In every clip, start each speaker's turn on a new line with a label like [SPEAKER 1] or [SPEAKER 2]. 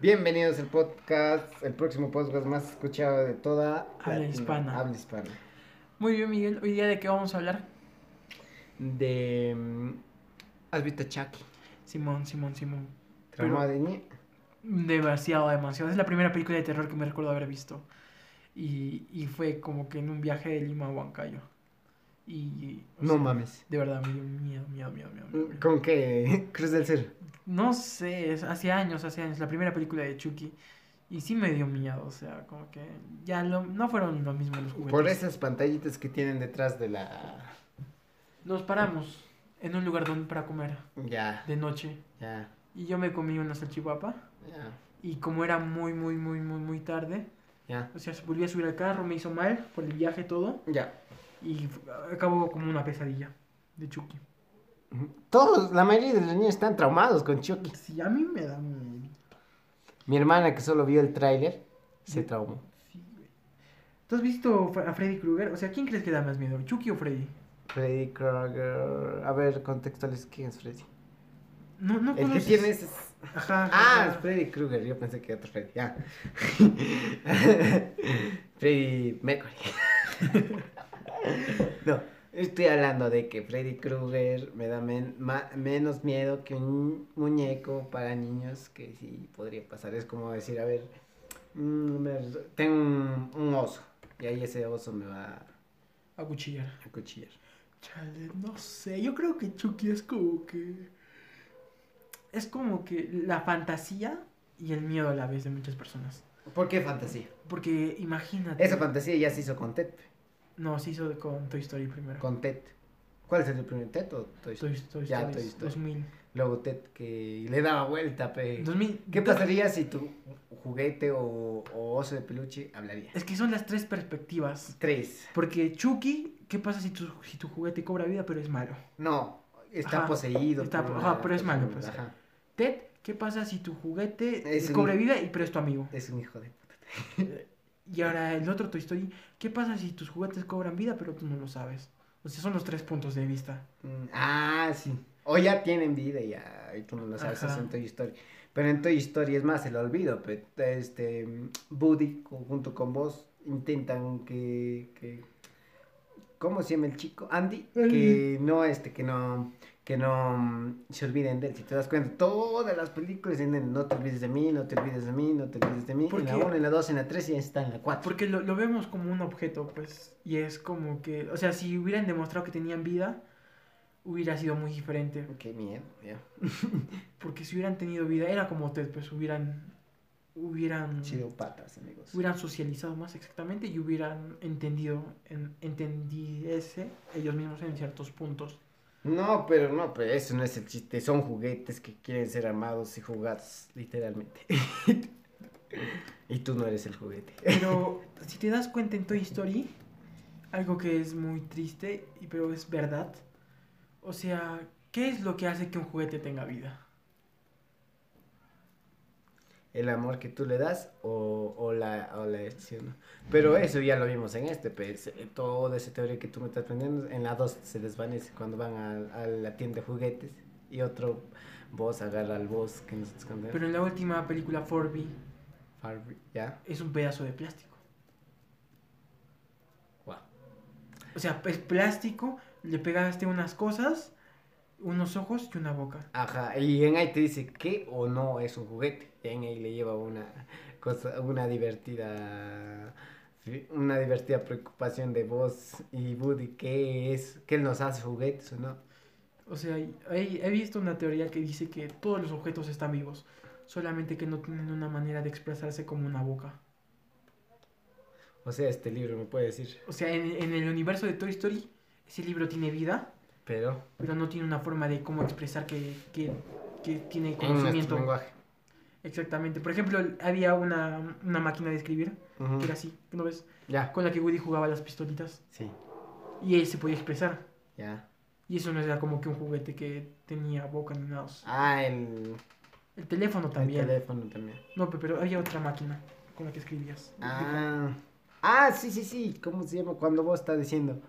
[SPEAKER 1] Bienvenidos al podcast, el próximo podcast más escuchado de toda
[SPEAKER 2] Habla
[SPEAKER 1] Latina-
[SPEAKER 2] hispana.
[SPEAKER 1] Habla hispana.
[SPEAKER 2] Muy bien, Miguel. Hoy día de qué vamos a hablar.
[SPEAKER 1] De. mm, ¿Has visto Chucky?
[SPEAKER 2] Simón, Simón, Simón.
[SPEAKER 1] Trauma de niña.
[SPEAKER 2] Demasiado, demasiado. Es la primera película de terror que me recuerdo haber visto. Y, y fue como que en un viaje de Lima a Huancayo. Y. o
[SPEAKER 1] No
[SPEAKER 2] sea,
[SPEAKER 1] mames. Mm,
[SPEAKER 2] De verdad, me dio miedo, miedo, miedo, miedo. miedo, miedo.
[SPEAKER 1] ¿Con qué? Cruz del Sur.
[SPEAKER 2] No sé, es- hace años, hace años, la primera película de Chucky. Y sí me dio miedo, o sea, como que ya lo- no fueron lo mismo los juguetes.
[SPEAKER 1] Por esas pantallitas que tienen detrás de la.
[SPEAKER 2] Nos paramos en un lugar donde para comer
[SPEAKER 1] Ya,
[SPEAKER 2] de noche.
[SPEAKER 1] ya,
[SPEAKER 2] Y yo me comí una salchipapa.
[SPEAKER 1] ya,
[SPEAKER 2] Y como era muy, muy, muy, muy, muy tarde,
[SPEAKER 1] ya.
[SPEAKER 2] o sea, se volví a subir al carro, me hizo mal por el viaje todo.
[SPEAKER 1] Ya.
[SPEAKER 2] Y f- acabó como una pesadilla de Chucky.
[SPEAKER 1] Todos, la mayoría de los niños están traumados con Chucky.
[SPEAKER 2] Sí, a mí me da miedo.
[SPEAKER 1] Mi hermana que solo vio el tráiler se
[SPEAKER 2] Sí.
[SPEAKER 1] traumó.
[SPEAKER 2] Sí, güey. ¿Tú has visto Fre- a Freddy Krueger? O sea, ¿quién crees que da más miedo, Chucky o Freddy?
[SPEAKER 1] Freddy Krueger. A ver, contextualiza quién es Freddy.
[SPEAKER 2] No, no
[SPEAKER 1] El que
[SPEAKER 2] conoces-
[SPEAKER 1] tiene ese-
[SPEAKER 2] Ajá, ajá,
[SPEAKER 1] Ah,
[SPEAKER 2] ajá.
[SPEAKER 1] es Freddy Krueger, yo pensé que era otro Freddy. Ya. Freddy Mercury. no, estoy hablando de que Freddy Krueger me da men- ma- menos miedo que un muñeco para niños que sí podría pasar. Es como decir, a ver, mm, me- tengo un, un oso y ahí ese oso me va
[SPEAKER 2] A cuchillar.
[SPEAKER 1] a cuchillar.
[SPEAKER 2] Chale, no sé, yo creo que Chucky es como que... Es como que la fantasía y el miedo a la vez de muchas personas.
[SPEAKER 1] ¿Por qué fantasía?
[SPEAKER 2] Porque imagínate...
[SPEAKER 1] Esa fantasía ya se hizo con Ted.
[SPEAKER 2] No, se hizo con Toy Story primero.
[SPEAKER 1] Con Ted. ¿Cuál es el primer Ted o Toy Story?
[SPEAKER 2] Toy, Toy
[SPEAKER 1] Ya,
[SPEAKER 2] Story,
[SPEAKER 1] Toy Story.
[SPEAKER 2] 2000.
[SPEAKER 1] Luego Ted que le daba vuelta, pe.
[SPEAKER 2] 2000.
[SPEAKER 1] ¿Qué pasaría si tu juguete o, o oso de peluche hablaría?
[SPEAKER 2] Es que son las tres perspectivas.
[SPEAKER 1] Tres.
[SPEAKER 2] Porque Chucky, ¿qué pasa si tu, si tu juguete cobra vida pero es malo?
[SPEAKER 1] No, está
[SPEAKER 2] Ajá.
[SPEAKER 1] poseído.
[SPEAKER 2] Está
[SPEAKER 1] por
[SPEAKER 2] po-
[SPEAKER 1] una
[SPEAKER 2] ajá, pero es malo,
[SPEAKER 1] persona,
[SPEAKER 2] pues.
[SPEAKER 1] ajá.
[SPEAKER 2] Ted, ¿qué pasa si tu juguete eh,
[SPEAKER 1] Es un-
[SPEAKER 2] cobra vida y pero es tu amigo?
[SPEAKER 1] Es un hijo de puta.
[SPEAKER 2] Y ahora el otro Toy Story, ¿qué pasa si tus juguetes cobran vida pero tú no lo sabes? O sea, son los tres puntos de vista.
[SPEAKER 1] Mm, Ah, sí. O ya tienen vida y ya, y tú no lo sabes,
[SPEAKER 2] Ajá.
[SPEAKER 1] es en Toy Story. Pero en Toy Story es más, se lo olvido, pe. Este, mm, Woody, co- junto con vos, intentan que, que- ¿Cómo se llama el chico? Andy, que
[SPEAKER 2] Andy.
[SPEAKER 1] no, este, que no, que no mm, se olviden de él. Si te das cuenta, todas las películas tienen, no te olvides de mí, no te olvides de mí, no te olvides de mí.
[SPEAKER 2] ¿Por
[SPEAKER 1] en la
[SPEAKER 2] qué?
[SPEAKER 1] 1, en la 2, en la 3 y ya está en la 4.
[SPEAKER 2] Porque lo, lo vemos como un objeto, pues. Y es como que, o sea, si hubieran demostrado que tenían vida, hubiera sido muy diferente.
[SPEAKER 1] Qué miedo, ya.
[SPEAKER 2] Mm. Porque si hubieran tenido vida, era como Ted, pues hubieran. Hubieran.
[SPEAKER 1] Chido patas, amigos.
[SPEAKER 2] Hubieran socializado más exactamente y hubieran entendido. En, entendiese ellos mismos en ciertos puntos.
[SPEAKER 1] No, pero no, pero eso no es el chiste. Son juguetes que quieren ser amados y jugados, literalmente. y tú no eres el juguete.
[SPEAKER 2] Pero si te das cuenta en Toy Story, algo que es muy triste, y pero es verdad. O sea, ¿qué es lo que hace que un juguete tenga vida?
[SPEAKER 1] El amor que tú le das o, o la, o la decisión, ¿no? Pero eso ya lo vimos en este, pues. eh, Toda esa teoría que tú me estás vendiendo, en la 2 se desvanece cuando van a, a la tienda de juguetes. Y otro boss agarra al boss que nos esconde.
[SPEAKER 2] Pero en la última película, Forby
[SPEAKER 1] Barbie, ¿Ya?
[SPEAKER 2] es un pedazo de plástico.
[SPEAKER 1] Wow.
[SPEAKER 2] O sea, es plástico, le pegaste unas cosas, unos ojos y una boca.
[SPEAKER 1] Ajá, y en ahí te dice que o no es un juguete. Y en ahí le lleva una cosa, una divertida una divertida preocupación de vos y Woody que es que él nos hace juguetes o no.
[SPEAKER 2] O sea, y- hay- he visto una teoría que dice que todos los objetos están vivos, solamente que no tienen una manera de expresarse como una boca.
[SPEAKER 1] O sea, este libro me puede decir,
[SPEAKER 2] O sea, en, en el universo de Toy Story, ese libro tiene vida,
[SPEAKER 1] pero
[SPEAKER 2] pero no tiene una forma de cómo expresar que, que- que tiene
[SPEAKER 1] en nuestro
[SPEAKER 2] conocimiento.
[SPEAKER 1] lenguaje.
[SPEAKER 2] Exactamente. Por ejemplo, había una, una máquina de escribir,
[SPEAKER 1] Ujú,
[SPEAKER 2] que era así, ¿no ves?
[SPEAKER 1] Ya,
[SPEAKER 2] Con la que Woody jugaba las pistolitas.
[SPEAKER 1] sí,
[SPEAKER 2] Y él se podía expresar.
[SPEAKER 1] ya.
[SPEAKER 2] Y eso no era como que un juguete que tenía boca ni nada.
[SPEAKER 1] Ah, el,
[SPEAKER 2] El teléfono
[SPEAKER 1] el
[SPEAKER 2] también.
[SPEAKER 1] teléfono también.
[SPEAKER 2] No, pe- pero había otra máquina con la que escribías.
[SPEAKER 1] Ah, ah, sí, sí, sí. ¿Cómo se llama? Cuando vos estás diciendo,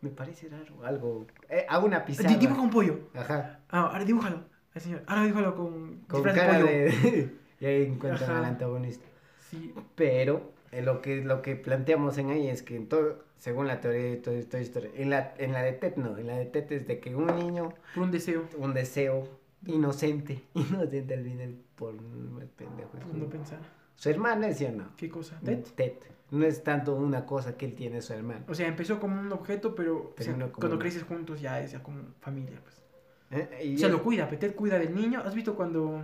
[SPEAKER 1] me parece raro, algo. eh, a una
[SPEAKER 2] Di-
[SPEAKER 1] pizarra.
[SPEAKER 2] Dibuja un pollo.
[SPEAKER 1] Ajá.
[SPEAKER 2] Ah, ahora dibújalo. Ay, señor. Ahora dibújalo con,
[SPEAKER 1] Con
[SPEAKER 2] disfraz de
[SPEAKER 1] cara
[SPEAKER 2] pollo.
[SPEAKER 1] de. Y ahí encuentran
[SPEAKER 2] Ajá.
[SPEAKER 1] al antagonista.
[SPEAKER 2] Sí,
[SPEAKER 1] Pero eh, lo que lo que planteamos en ahí es que en todo, según la teoría de Toy Toy Story, en la, en la de Ted no, en la de Ted es de que un niño,
[SPEAKER 2] por un deseo.
[SPEAKER 1] un deseo inocente, inocente al final por un pendejo. es
[SPEAKER 2] por No
[SPEAKER 1] un-
[SPEAKER 2] pensar.
[SPEAKER 1] Su hermana decía no.
[SPEAKER 2] ¿Qué cosa? ¿Ted?
[SPEAKER 1] Ted. No es tanto una cosa que él tiene su hermano.
[SPEAKER 2] O sea, empezó como un objeto, pero o sea,
[SPEAKER 1] Terminó como
[SPEAKER 2] cuando
[SPEAKER 1] un-
[SPEAKER 2] creces juntos ya es ya como familia. Pues.
[SPEAKER 1] Eh, y
[SPEAKER 2] O sea,
[SPEAKER 1] él-
[SPEAKER 2] lo cuida, pero Ted cuida del niño. ¿Has visto cuando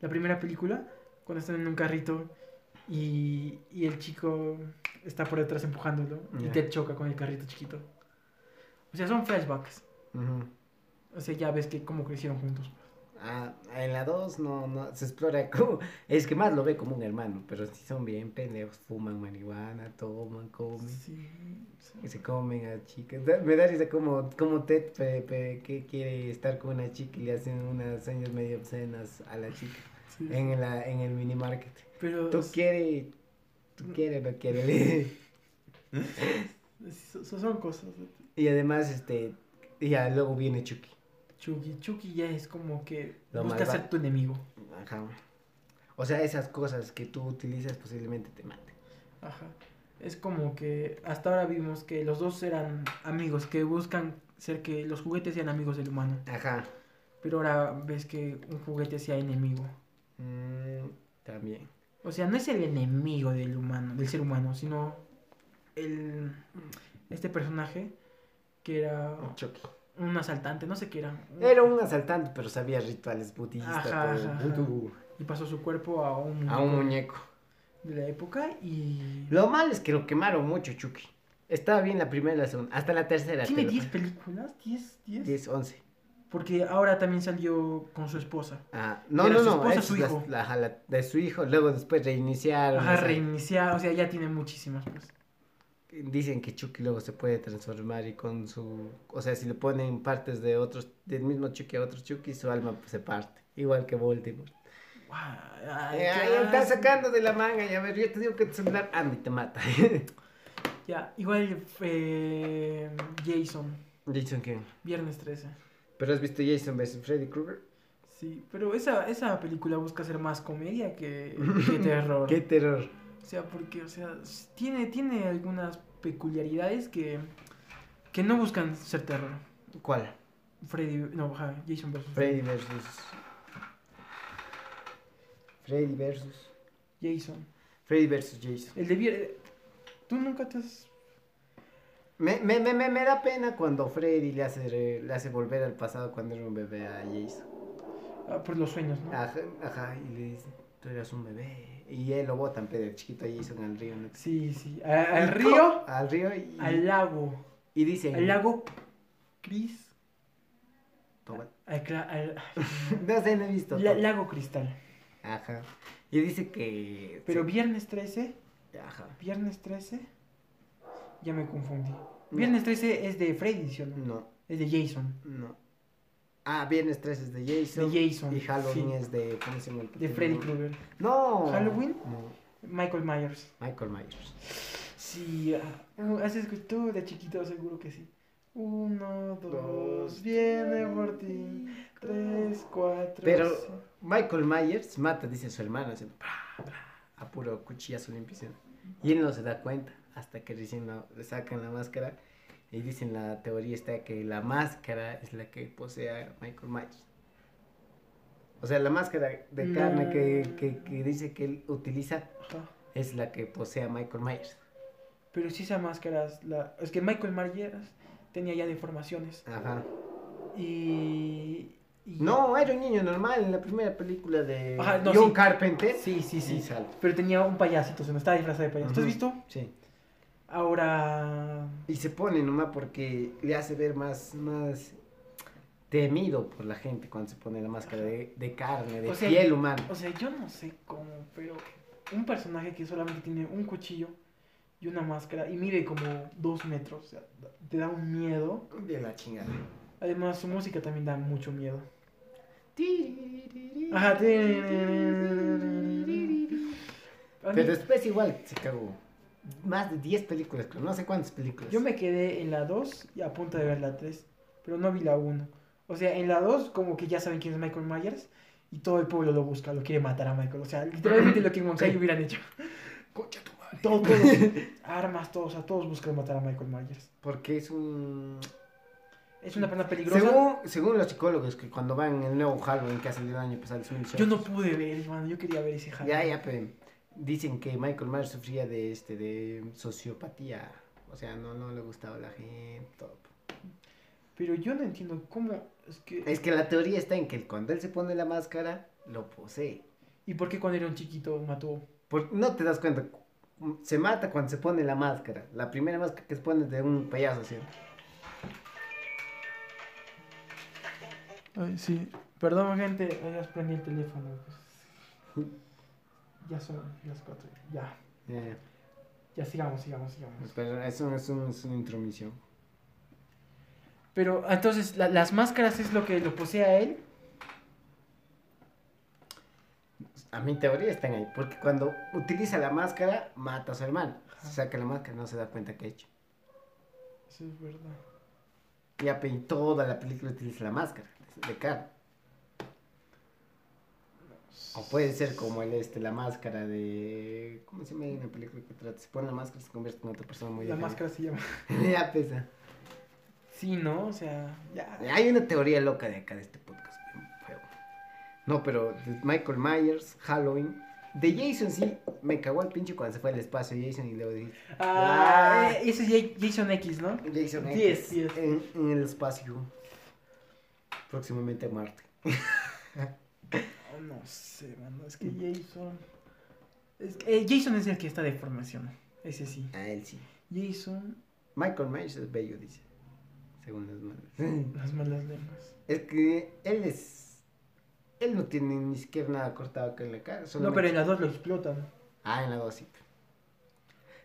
[SPEAKER 2] la primera película, cuando están en un carrito y, y el chico está por detrás empujándolo y
[SPEAKER 1] Ya.
[SPEAKER 2] Ted choca con el carrito chiquito? O sea, son flashbacks.
[SPEAKER 1] Ujú.
[SPEAKER 2] O sea, ya ves que cómo crecieron juntos.
[SPEAKER 1] Ah, en la 2 no, no, se explora como, es que más lo ve como un hermano, pero si son bien pendejos, fuman marihuana, toman, comen,
[SPEAKER 2] Sí,
[SPEAKER 1] y
[SPEAKER 2] sí.
[SPEAKER 1] se comen a chicas, Da- me da risa como, como Ted pe- pe- que quiere estar con una chica y le hacen unas señas medio obscenas a la chica
[SPEAKER 2] sí.
[SPEAKER 1] en, la, en el mini market,
[SPEAKER 2] Pero
[SPEAKER 1] tú quieres, tú quieres, no quieres,
[SPEAKER 2] so- so- son cosas.
[SPEAKER 1] y además este, y ya luego viene Chucky,
[SPEAKER 2] Chucky, Chucky ya es como que
[SPEAKER 1] Lo
[SPEAKER 2] busca
[SPEAKER 1] malva-
[SPEAKER 2] ser tu enemigo.
[SPEAKER 1] ajá, o sea esas cosas que tú utilizas posiblemente te maten.
[SPEAKER 2] Ajá. Es como que hasta ahora vimos que los dos eran amigos, que buscan ser que los juguetes sean amigos del humano.
[SPEAKER 1] Ajá.
[SPEAKER 2] Pero ahora ves que un juguete sea enemigo.
[SPEAKER 1] Mm, también.
[SPEAKER 2] O sea, no es el enemigo del humano, del ser humano, sino el este personaje que era
[SPEAKER 1] Chucky.
[SPEAKER 2] un asaltante, no sé qué era.
[SPEAKER 1] Era un asaltante, pero sabía rituales budistas,
[SPEAKER 2] Mm. Ajá,
[SPEAKER 1] todo,
[SPEAKER 2] ajá,
[SPEAKER 1] vudú,
[SPEAKER 2] Y pasó su cuerpo a un,
[SPEAKER 1] a un muñeco.
[SPEAKER 2] de la época y
[SPEAKER 1] Lo malo es que lo quemaron mucho, Chucky. Estaba bien la primera y la segunda. Hasta la tercera.
[SPEAKER 2] tiene
[SPEAKER 1] pero-
[SPEAKER 2] 10 películas, 10, 10.
[SPEAKER 1] 10, 11.
[SPEAKER 2] Porque ahora también salió con su esposa.
[SPEAKER 1] Ah, no,
[SPEAKER 2] Era
[SPEAKER 1] no,
[SPEAKER 2] su
[SPEAKER 1] no.
[SPEAKER 2] esposa,
[SPEAKER 1] es
[SPEAKER 2] su
[SPEAKER 1] la-
[SPEAKER 2] hijo.
[SPEAKER 1] la- ajá, la- de su hijo. Luego después reiniciaron.
[SPEAKER 2] Ajá,
[SPEAKER 1] o sea,
[SPEAKER 2] reiniciar, o sea, ya tiene muchísimas, pues.
[SPEAKER 1] Dicen que Chucky luego se puede transformar y con su... O sea, si le ponen partes de otros... Del mismo Chucky a otro Chucky, su alma pues, se parte. Igual que Voldemort.
[SPEAKER 2] Guau, ay,
[SPEAKER 1] Ay,
[SPEAKER 2] qué
[SPEAKER 1] Eh, está
[SPEAKER 2] asco.
[SPEAKER 1] sacando de la manga, y a ver, yo te digo que tu celular anda y te mata.
[SPEAKER 2] Ya, igual eh, Jason,
[SPEAKER 1] Jason King.
[SPEAKER 2] Viernes 13.
[SPEAKER 1] ¿Pero has visto Jason vs. Freddy Krueger?
[SPEAKER 2] Sí, pero esa, esa película busca ser más comedia que, que terror.
[SPEAKER 1] ¡Qué terror!
[SPEAKER 2] O sea, porque, o sea, s- tiene, tiene algunas peculiaridades que, que no buscan ser terror.
[SPEAKER 1] ¿Cuál?
[SPEAKER 2] Freddy, no, ajá, Jason vs.
[SPEAKER 1] Freddy versus... Freddy versus...
[SPEAKER 2] Jason.
[SPEAKER 1] Freddy versus Jason.
[SPEAKER 2] El de Vier- Tú nunca te has...
[SPEAKER 1] Me, me, me, me, me da pena cuando Freddy le hace, re- le hace volver al pasado cuando era un bebé a Jason.
[SPEAKER 2] ah, por los sueños, ¿no?
[SPEAKER 1] Ajá, ajá, y le dice, tú eras un bebé. Y él lo botan, pero chiquito a Jason al río. ¿no?
[SPEAKER 2] Sí, sí. a- al río,
[SPEAKER 1] Al río y,
[SPEAKER 2] al lago.
[SPEAKER 1] y dicen...
[SPEAKER 2] Al lago Cris.
[SPEAKER 1] Toma.
[SPEAKER 2] Al, cla- al-
[SPEAKER 1] No sé, no he visto.
[SPEAKER 2] la-
[SPEAKER 1] todo.
[SPEAKER 2] lago Cristal.
[SPEAKER 1] Ajá. Y dice que.
[SPEAKER 2] Pero
[SPEAKER 1] sí,
[SPEAKER 2] viernes 13,
[SPEAKER 1] Ajá.
[SPEAKER 2] viernes 13, ya me confundí.
[SPEAKER 1] No.
[SPEAKER 2] Viernes 13 es de Freddy, ¿sí o no?
[SPEAKER 1] No,
[SPEAKER 2] Es de Jason.
[SPEAKER 1] no. Ah, Viernes 3 es de Jason.
[SPEAKER 2] De Jason,
[SPEAKER 1] Y Halloween
[SPEAKER 2] sí.
[SPEAKER 1] es de. ¿Cómo se llama el
[SPEAKER 2] De
[SPEAKER 1] personaje?
[SPEAKER 2] Freddy Krueger.
[SPEAKER 1] No.
[SPEAKER 2] ¿Halloween?
[SPEAKER 1] No.
[SPEAKER 2] Michael Myers.
[SPEAKER 1] Michael Myers.
[SPEAKER 2] Sí, ah, uh, has escuchado tú de chiquito, seguro que sí. Uno, dos,
[SPEAKER 1] Dos,
[SPEAKER 2] viene por ti. Tres, cuatro.
[SPEAKER 1] Pero-
[SPEAKER 2] cinco.
[SPEAKER 1] Michael Myers mata, dice su hermano, haciendo pra, pra, a puro cuchillazo limpio. ¿sí? Y él no se da cuenta hasta que recién lo- le sacan la máscara. Y dicen la teoría está que la máscara es la que posee a Michael Myers. O sea, la máscara de carne que, que- que dice que él utiliza
[SPEAKER 2] Ajá.
[SPEAKER 1] es la que posee a Michael Myers.
[SPEAKER 2] Pero sí esa máscara, es la... es que Michael Myers tenía ya deformaciones.
[SPEAKER 1] Ajá.
[SPEAKER 2] Y... y-
[SPEAKER 1] No, era un niño normal en la primera película de
[SPEAKER 2] Ajá, no,
[SPEAKER 1] John
[SPEAKER 2] sí.
[SPEAKER 1] Carpenter.
[SPEAKER 2] Sí, sí, sí.
[SPEAKER 1] Y sale.
[SPEAKER 2] Pero tenía un payasito, se nos estaba disfrazado de payaso. ¿Tú
[SPEAKER 1] Ujú.
[SPEAKER 2] has visto?
[SPEAKER 1] Sí.
[SPEAKER 2] Ahora...
[SPEAKER 1] Y se pone nomás porque le hace ver más, más temido por la gente cuando se pone la máscara de, de carne, de
[SPEAKER 2] O sea,
[SPEAKER 1] piel humana.
[SPEAKER 2] O sea, yo no sé cómo, pero un personaje que solamente tiene un cuchillo y una máscara y mide como dos metros, o sea, da- te da un miedo.
[SPEAKER 1] De la chingada.
[SPEAKER 2] Además, su música también da mucho miedo. Ajá,
[SPEAKER 1] Ajá.
[SPEAKER 2] ti- A mí-
[SPEAKER 1] Pero después igual se cagó. Más de 10 películas, creo, no sé cuántas películas.
[SPEAKER 2] Yo me quedé en la 2 y a punto de ver la 3, pero no vi la 1. O sea, en la 2 como que ya saben quién es Michael Myers y Y todo el pueblo lo busca, lo quiere matar a Michael. O sea, literalmente lo que en Moncayo hubieran hecho.
[SPEAKER 1] Concha tu madre.
[SPEAKER 2] Todos, todos, armas, todos, a todos buscan matar a Michael Myers.
[SPEAKER 1] Porque es un...
[SPEAKER 2] Es una persona peligrosa.
[SPEAKER 1] Según, según los psicólogos, que cuando van en el nuevo Halloween que ha salido el año pasado, 2018,
[SPEAKER 2] Yo no pude ver, hermano, yo quería ver ese Halloween.
[SPEAKER 1] Ya, ya, pero dicen que Michael Myers sufría de este de sociopatía. O sea, no, no le gustaba la gente. todo.
[SPEAKER 2] Pero yo no entiendo cómo. Es que...
[SPEAKER 1] Es que la teoría está en que cuando él se pone la máscara, lo posee.
[SPEAKER 2] ¿Y por qué cuando era un chiquito mató?
[SPEAKER 1] Por- no te das cuenta. Se mata cuando se pone la máscara. La primera máscara que se pone es de un payaso, ¿cierto?
[SPEAKER 2] Ay, sí. Perdón, gente, ya prendí el teléfono. pues. Ya son las cuatro. Ya.
[SPEAKER 1] Ya, ya.
[SPEAKER 2] Ya sigamos, sigamos, sigamos.
[SPEAKER 1] Pero es, un- es un- es una intromisión.
[SPEAKER 2] Pero ah, entonces, la- las máscaras es lo que lo posee a él.
[SPEAKER 1] A mi teoría están ahí. Porque cuando utiliza la máscara, mata a su hermano.
[SPEAKER 2] Ajá.
[SPEAKER 1] Se saca la máscara, no se da cuenta que ha hecho.
[SPEAKER 2] Eso es verdad.
[SPEAKER 1] Y ape- y toda la película utiliza la máscara de cara. O puede ser como el este, la máscara de. ¿Cómo se llama Hay una película que trata? Se pone la máscara y se convierte en otra persona muy
[SPEAKER 2] La
[SPEAKER 1] diferente.
[SPEAKER 2] máscara se llama.
[SPEAKER 1] ya pesa.
[SPEAKER 2] Sí, ¿no? O sea, ya.
[SPEAKER 1] Hay una teoría loca de acá de este podcast. bien feo. No, pero de Michael Myers, Halloween. De Jason sí, me cagó el pinche cuando se fue al espacio Jason y luego dije.
[SPEAKER 2] Ah, eh, eso es Ja- Jason X, ¿no?
[SPEAKER 1] Jason
[SPEAKER 2] Sí,
[SPEAKER 1] X
[SPEAKER 2] sí es.
[SPEAKER 1] En, en el espacio. Próximamente a Marte.
[SPEAKER 2] Oh, no sé, mano. Es que Jason. Mm. Es que- eh, Jason es el que está de formación. Ese sí.
[SPEAKER 1] A él sí.
[SPEAKER 2] Jason,
[SPEAKER 1] Michael Myers es bello, dice. Según las manos.
[SPEAKER 2] las malas lenguas.
[SPEAKER 1] Es que él es. Él no tiene ni siquiera nada cortado acá en la cara.
[SPEAKER 2] No, pero
[SPEAKER 1] solamente-
[SPEAKER 2] en las dos lo explotan.
[SPEAKER 1] Ah, en la 2 sí.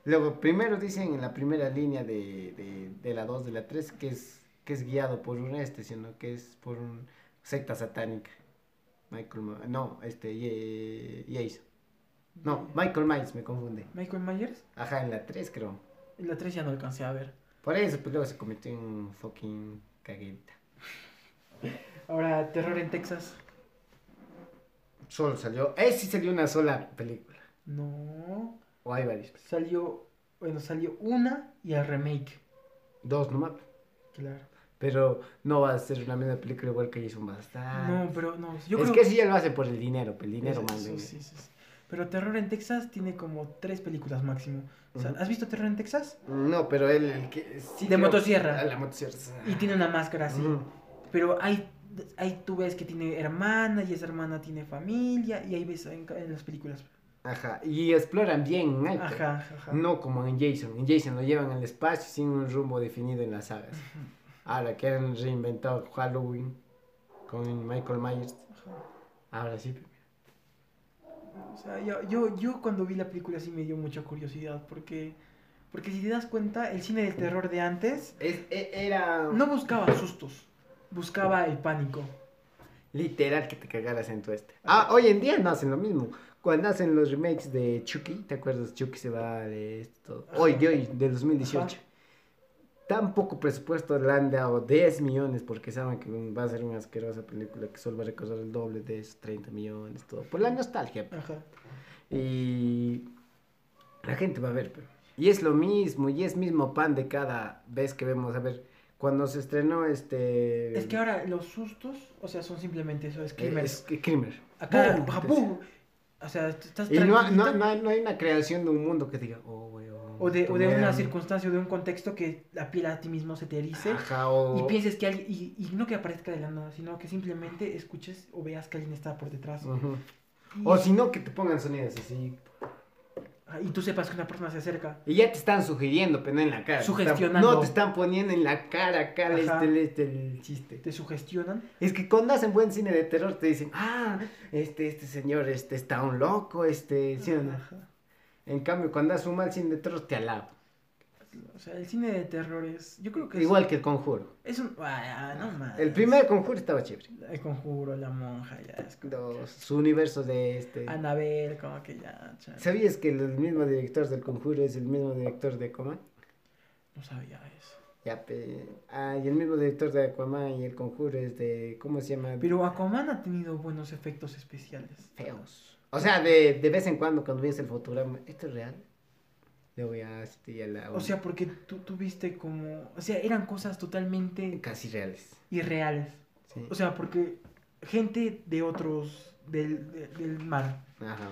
[SPEAKER 1] Luego, primero dicen en la primera línea de, de, de la 2, de la 3, que es, que es guiado por un este, sino que es por un secta satánica. Michael. Ma- No, este. Ye- Jason. No, Michael Myers, me confunde.
[SPEAKER 2] Michael Myers.
[SPEAKER 1] Ajá, en la 3 creo.
[SPEAKER 2] En la 3 ya no alcancé a ver.
[SPEAKER 1] Por eso, pues luego se convirtió en un fucking cagueta.
[SPEAKER 2] Ahora, Terror en Texas.
[SPEAKER 1] Solo salió. Eh, sí salió una sola película.
[SPEAKER 2] No.
[SPEAKER 1] O hay varias.
[SPEAKER 2] Salió. Bueno, salió una y el remake.
[SPEAKER 1] Dos nomás.
[SPEAKER 2] Claro.
[SPEAKER 1] Pero no va a ser una misma película igual que Jason Bastard.
[SPEAKER 2] No, pero no. Yo
[SPEAKER 1] Ah, es
[SPEAKER 2] creo
[SPEAKER 1] que sí ya lo hace por el dinero, el dinero
[SPEAKER 2] Eso,
[SPEAKER 1] manda. en
[SPEAKER 2] sí, sí, sí. Pero Terror en Texas tiene como tres películas máximo. O sea,
[SPEAKER 1] Ujú.
[SPEAKER 2] ¿Has visto Terror en Texas?
[SPEAKER 1] él. No, pero él el que sí
[SPEAKER 2] De
[SPEAKER 1] creo-
[SPEAKER 2] motosierra.
[SPEAKER 1] Ah, La motosierra. sí.
[SPEAKER 2] Y tiene una máscara así.
[SPEAKER 1] Ujú.
[SPEAKER 2] Pero ahí, ahí tú ves que tiene hermana y esa hermana tiene familia y ahí ves en, ca- en las películas.
[SPEAKER 1] Ajá. Y exploran bien en alto.
[SPEAKER 2] Ajá, ajá.
[SPEAKER 1] No como en Jason. En Jason lo llevan al espacio sin un rumbo definido en las sagas.
[SPEAKER 2] Ujú,
[SPEAKER 1] Ahora que han reinventado Halloween con Michael Myers.
[SPEAKER 2] ajá.
[SPEAKER 1] Ahora sí.
[SPEAKER 2] O sea, yo, yo, yo cuando vi la película sí me dio mucha curiosidad porque, porque si te das cuenta, el cine de terror de antes
[SPEAKER 1] Es- e- era
[SPEAKER 2] no buscaba sustos, buscaba el pánico.
[SPEAKER 1] literal que te cagaras en tu este. Ah, hoy en día no hacen lo mismo. Cuando hacen los remakes de Chucky, ¿te acuerdas? Chucky se va de esto.
[SPEAKER 2] Ajá.
[SPEAKER 1] Hoy de hoy, de 2018.
[SPEAKER 2] Ajá.
[SPEAKER 1] Tan poco presupuesto le han dado 10 millones porque saben que va a ser una asquerosa película que solo va a recordar el doble de esos 30 millones, todo. Por la nostalgia. pe.
[SPEAKER 2] Ajá.
[SPEAKER 1] Y la gente va a ver, pe. Y es lo mismo, y es mismo pan de cada vez que vemos. A ver, cuando se estrenó este...
[SPEAKER 2] Es que ahora los sustos, o sea, son simplemente eso, es
[SPEAKER 1] Eh,
[SPEAKER 2] crimen.
[SPEAKER 1] Es que Kramer.
[SPEAKER 2] Acá,
[SPEAKER 1] Boom,
[SPEAKER 2] ajá,
[SPEAKER 1] te-
[SPEAKER 2] boom. O sea, tú estás
[SPEAKER 1] Y no, ha- no,
[SPEAKER 2] tranquilito,
[SPEAKER 1] no hay, no hay una creación de un mundo que diga, oh, weón.
[SPEAKER 2] o de, o de
[SPEAKER 1] tomé
[SPEAKER 2] una
[SPEAKER 1] hambre".
[SPEAKER 2] circunstancia o de un contexto que la piel a ti mismo se te erice
[SPEAKER 1] Ajá, o-
[SPEAKER 2] y pienses que alguien, y, y no que aparezca de la nada, sino que simplemente escuches o veas que alguien está por detrás.
[SPEAKER 1] Ujú.
[SPEAKER 2] Y,
[SPEAKER 1] O si no, que te pongan sonidos así.
[SPEAKER 2] ah, y tú sepas que una persona se acerca.
[SPEAKER 1] Y ya te están sugiriendo, pero no en la cara. te están-
[SPEAKER 2] Sugestionando.
[SPEAKER 1] no, te están poniendo en la cara acá el,
[SPEAKER 2] Ajá.
[SPEAKER 1] este, el, este, el chiste.
[SPEAKER 2] Te sugestionan.
[SPEAKER 1] Es que cuando hacen buen cine de terror te dicen, ah, este, este señor este, está un loco, este. ¿sí o no?
[SPEAKER 2] Ajá.
[SPEAKER 1] En cambio, cuando haces un mal cine de terror te alabo.
[SPEAKER 2] O sea, el cine de terror es. Yo creo que es-
[SPEAKER 1] Igual que el conjuro.
[SPEAKER 2] es, un. Ah, no mames.
[SPEAKER 1] El primer conjuro estaba chévere.
[SPEAKER 2] El conjuro, la monja, ya. Es como...
[SPEAKER 1] Los- su universo de este.
[SPEAKER 2] Anabel, como que ya. chale.
[SPEAKER 1] ¿Sabías que el mismo director del Conjuro es el mismo director de Coma?
[SPEAKER 2] No sabía eso.
[SPEAKER 1] Ya, pe- Ah, y el mismo director de Aquaman y El Conjuro es de, ¿cómo se llama?
[SPEAKER 2] Pero Aquaman ha tenido buenos efectos especiales.
[SPEAKER 1] Feos. O sea, de, de vez en cuando, cuando ves el fotograma, ¿esto es real? Le voy a... este, a la-
[SPEAKER 2] O sea, porque tú, tú viste como... O sea, eran cosas totalmente
[SPEAKER 1] casi reales.
[SPEAKER 2] irreales.
[SPEAKER 1] Sí.
[SPEAKER 2] O sea, porque gente de otros... del, de- del mar.
[SPEAKER 1] Ajá.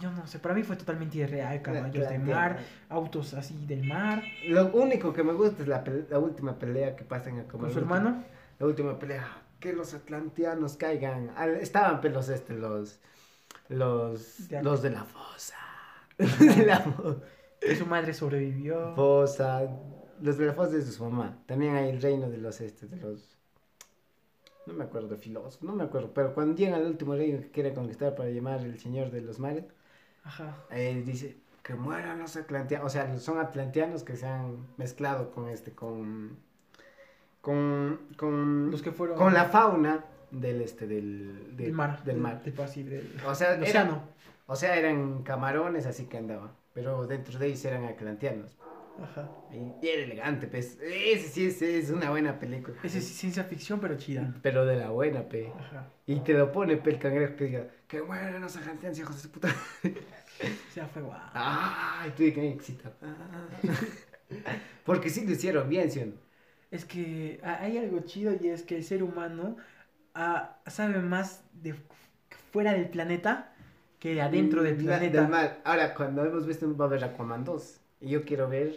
[SPEAKER 2] Yo no sé, para mí fue totalmente irreal. Caballos de
[SPEAKER 1] Plantea-
[SPEAKER 2] mar, autos así del mar.
[SPEAKER 1] Lo único que me gusta es la, pel- la última pelea que pasan a
[SPEAKER 2] Con su hermano.
[SPEAKER 1] La última pelea. Que los atlanteanos caigan. Al- estaban pelos este, los. Los.
[SPEAKER 2] De
[SPEAKER 1] los de la fosa. de la fo-
[SPEAKER 2] Que su madre sobrevivió.
[SPEAKER 1] fosa. Los de la fosa de su mamá. También hay el reino de los este, de los. No me acuerdo, filósofos, no me acuerdo, pero cuando llegan al último reino que quiere conquistar para llamar el señor de los mares,
[SPEAKER 2] Ajá.
[SPEAKER 1] eh, dice que mueran los atlanteanos, o sea, son atlanteanos que se han mezclado con este, con, con, con,
[SPEAKER 2] Los que fueron...
[SPEAKER 1] con la fauna del este, del, del
[SPEAKER 2] Del mar.
[SPEAKER 1] del mar.
[SPEAKER 2] Tipo así, del...
[SPEAKER 1] O sea,
[SPEAKER 2] del
[SPEAKER 1] eran,
[SPEAKER 2] océano.
[SPEAKER 1] o sea, eran camarones así que andaban, pero dentro de ellos eran atlanteanos.
[SPEAKER 2] Ajá.
[SPEAKER 1] Y, y era elegante, pues, ese sí ese es una buena película.
[SPEAKER 2] Esa es ciencia ficción, pero chida.
[SPEAKER 1] Pero de la buena, pe.
[SPEAKER 2] Ajá.
[SPEAKER 1] Y te lo pone, pe, el cangrejo que diga, que mueran los atlanteanos, hijos de su puta.
[SPEAKER 2] O sea, fue guau.
[SPEAKER 1] Ay, tuve que me excitar. Porque sí lo hicieron bien, ¿sí o no?
[SPEAKER 2] Es que ha- hay algo chido y es que el ser humano ah, sabe más de f- fuera del planeta que de adentro del
[SPEAKER 1] La-
[SPEAKER 2] planeta.
[SPEAKER 1] Mm, del mar. Ahora, cuando hemos visto, va a haber Aquaman 2. Y yo quiero ver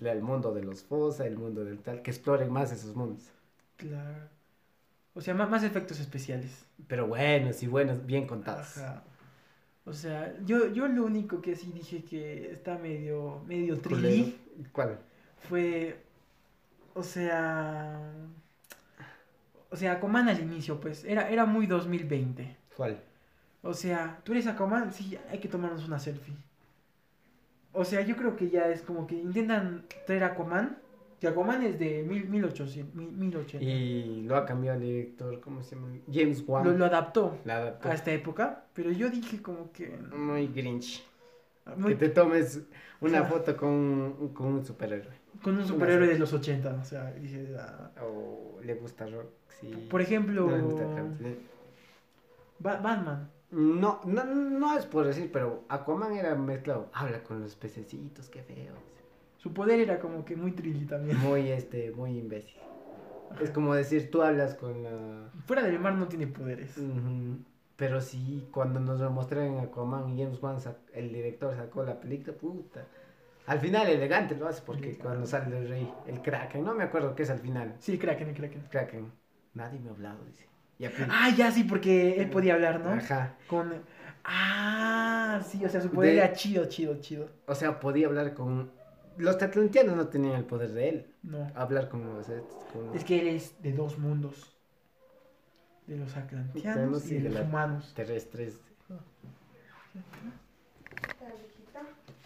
[SPEAKER 1] la- el mundo de los fosa, el mundo del tal, que exploren más esos mundos.
[SPEAKER 2] Claro. O sea, ma- más, efectos especiales.
[SPEAKER 1] Pero buenos y buenos, bien contados.
[SPEAKER 2] Ajá. O sea, yo, yo lo único que sí dije que está medio, medio trilly
[SPEAKER 1] Culero. ¿Cuál?
[SPEAKER 2] fue, o sea, o sea, Aquaman al inicio, pues, era, era muy 2020.
[SPEAKER 1] ¿Cuál?
[SPEAKER 2] O sea, tú eres Aquaman, sí, hay que tomarnos una selfie. O sea, yo creo que ya es como que intentan traer a Aquaman. Que Aquaman es de mil, 1800, mil- 1080.
[SPEAKER 1] Y lo ha cambiado el director, ¿cómo se llama? James Wan.
[SPEAKER 2] Lo, lo adaptó
[SPEAKER 1] La adaptó.
[SPEAKER 2] a esta época, pero yo dije como que...
[SPEAKER 1] Muy grinch.
[SPEAKER 2] muy-
[SPEAKER 1] Que te tomes una
[SPEAKER 2] Ajá.
[SPEAKER 1] foto con, un- con un superhéroe.
[SPEAKER 2] con un superhéroe de los 80, o sea, dije... ah.
[SPEAKER 1] O le gusta Roxy.
[SPEAKER 2] Por ejemplo,
[SPEAKER 1] No, le gusta Roxy.
[SPEAKER 2] Ba- Batman.
[SPEAKER 1] No, no, no es por decir, pero Aquaman era mezclado. Habla con los pececitos, qué feo.
[SPEAKER 2] Su poder era como que muy trilly también.
[SPEAKER 1] Muy, este, muy imbécil. Es como decir, tú hablas con la...
[SPEAKER 2] Fuera del mar no tiene poderes.
[SPEAKER 1] Mm. Ujú. Pero sí, cuando nos lo mostraron en Aquaman, James Wan, sac- el director sacó la película, puta. Al final elegante lo hace porque
[SPEAKER 2] Elegante.
[SPEAKER 1] cuando sale el rey, el Kraken, no me acuerdo qué es al final.
[SPEAKER 2] Sí, Kraken, Kraken.
[SPEAKER 1] Kraken, nadie me ha hablado, dice. Y aquí-
[SPEAKER 2] Ah, ya sí, porque él podía hablar, ¿no?
[SPEAKER 1] Ajá.
[SPEAKER 2] Con. Ah, sí, o sea, su poder
[SPEAKER 1] De-
[SPEAKER 2] era chido, chido, chido.
[SPEAKER 1] O sea, podía hablar con... Los atlanteanos no tenían el poder de él.
[SPEAKER 2] No.
[SPEAKER 1] Hablar con los... estos, con-
[SPEAKER 2] Es que él es de dos mundos: de los atlanteanos
[SPEAKER 1] Tenemos
[SPEAKER 2] y de
[SPEAKER 1] y de
[SPEAKER 2] los
[SPEAKER 1] la-
[SPEAKER 2] humanos.
[SPEAKER 1] terrestres.
[SPEAKER 3] Está viejita.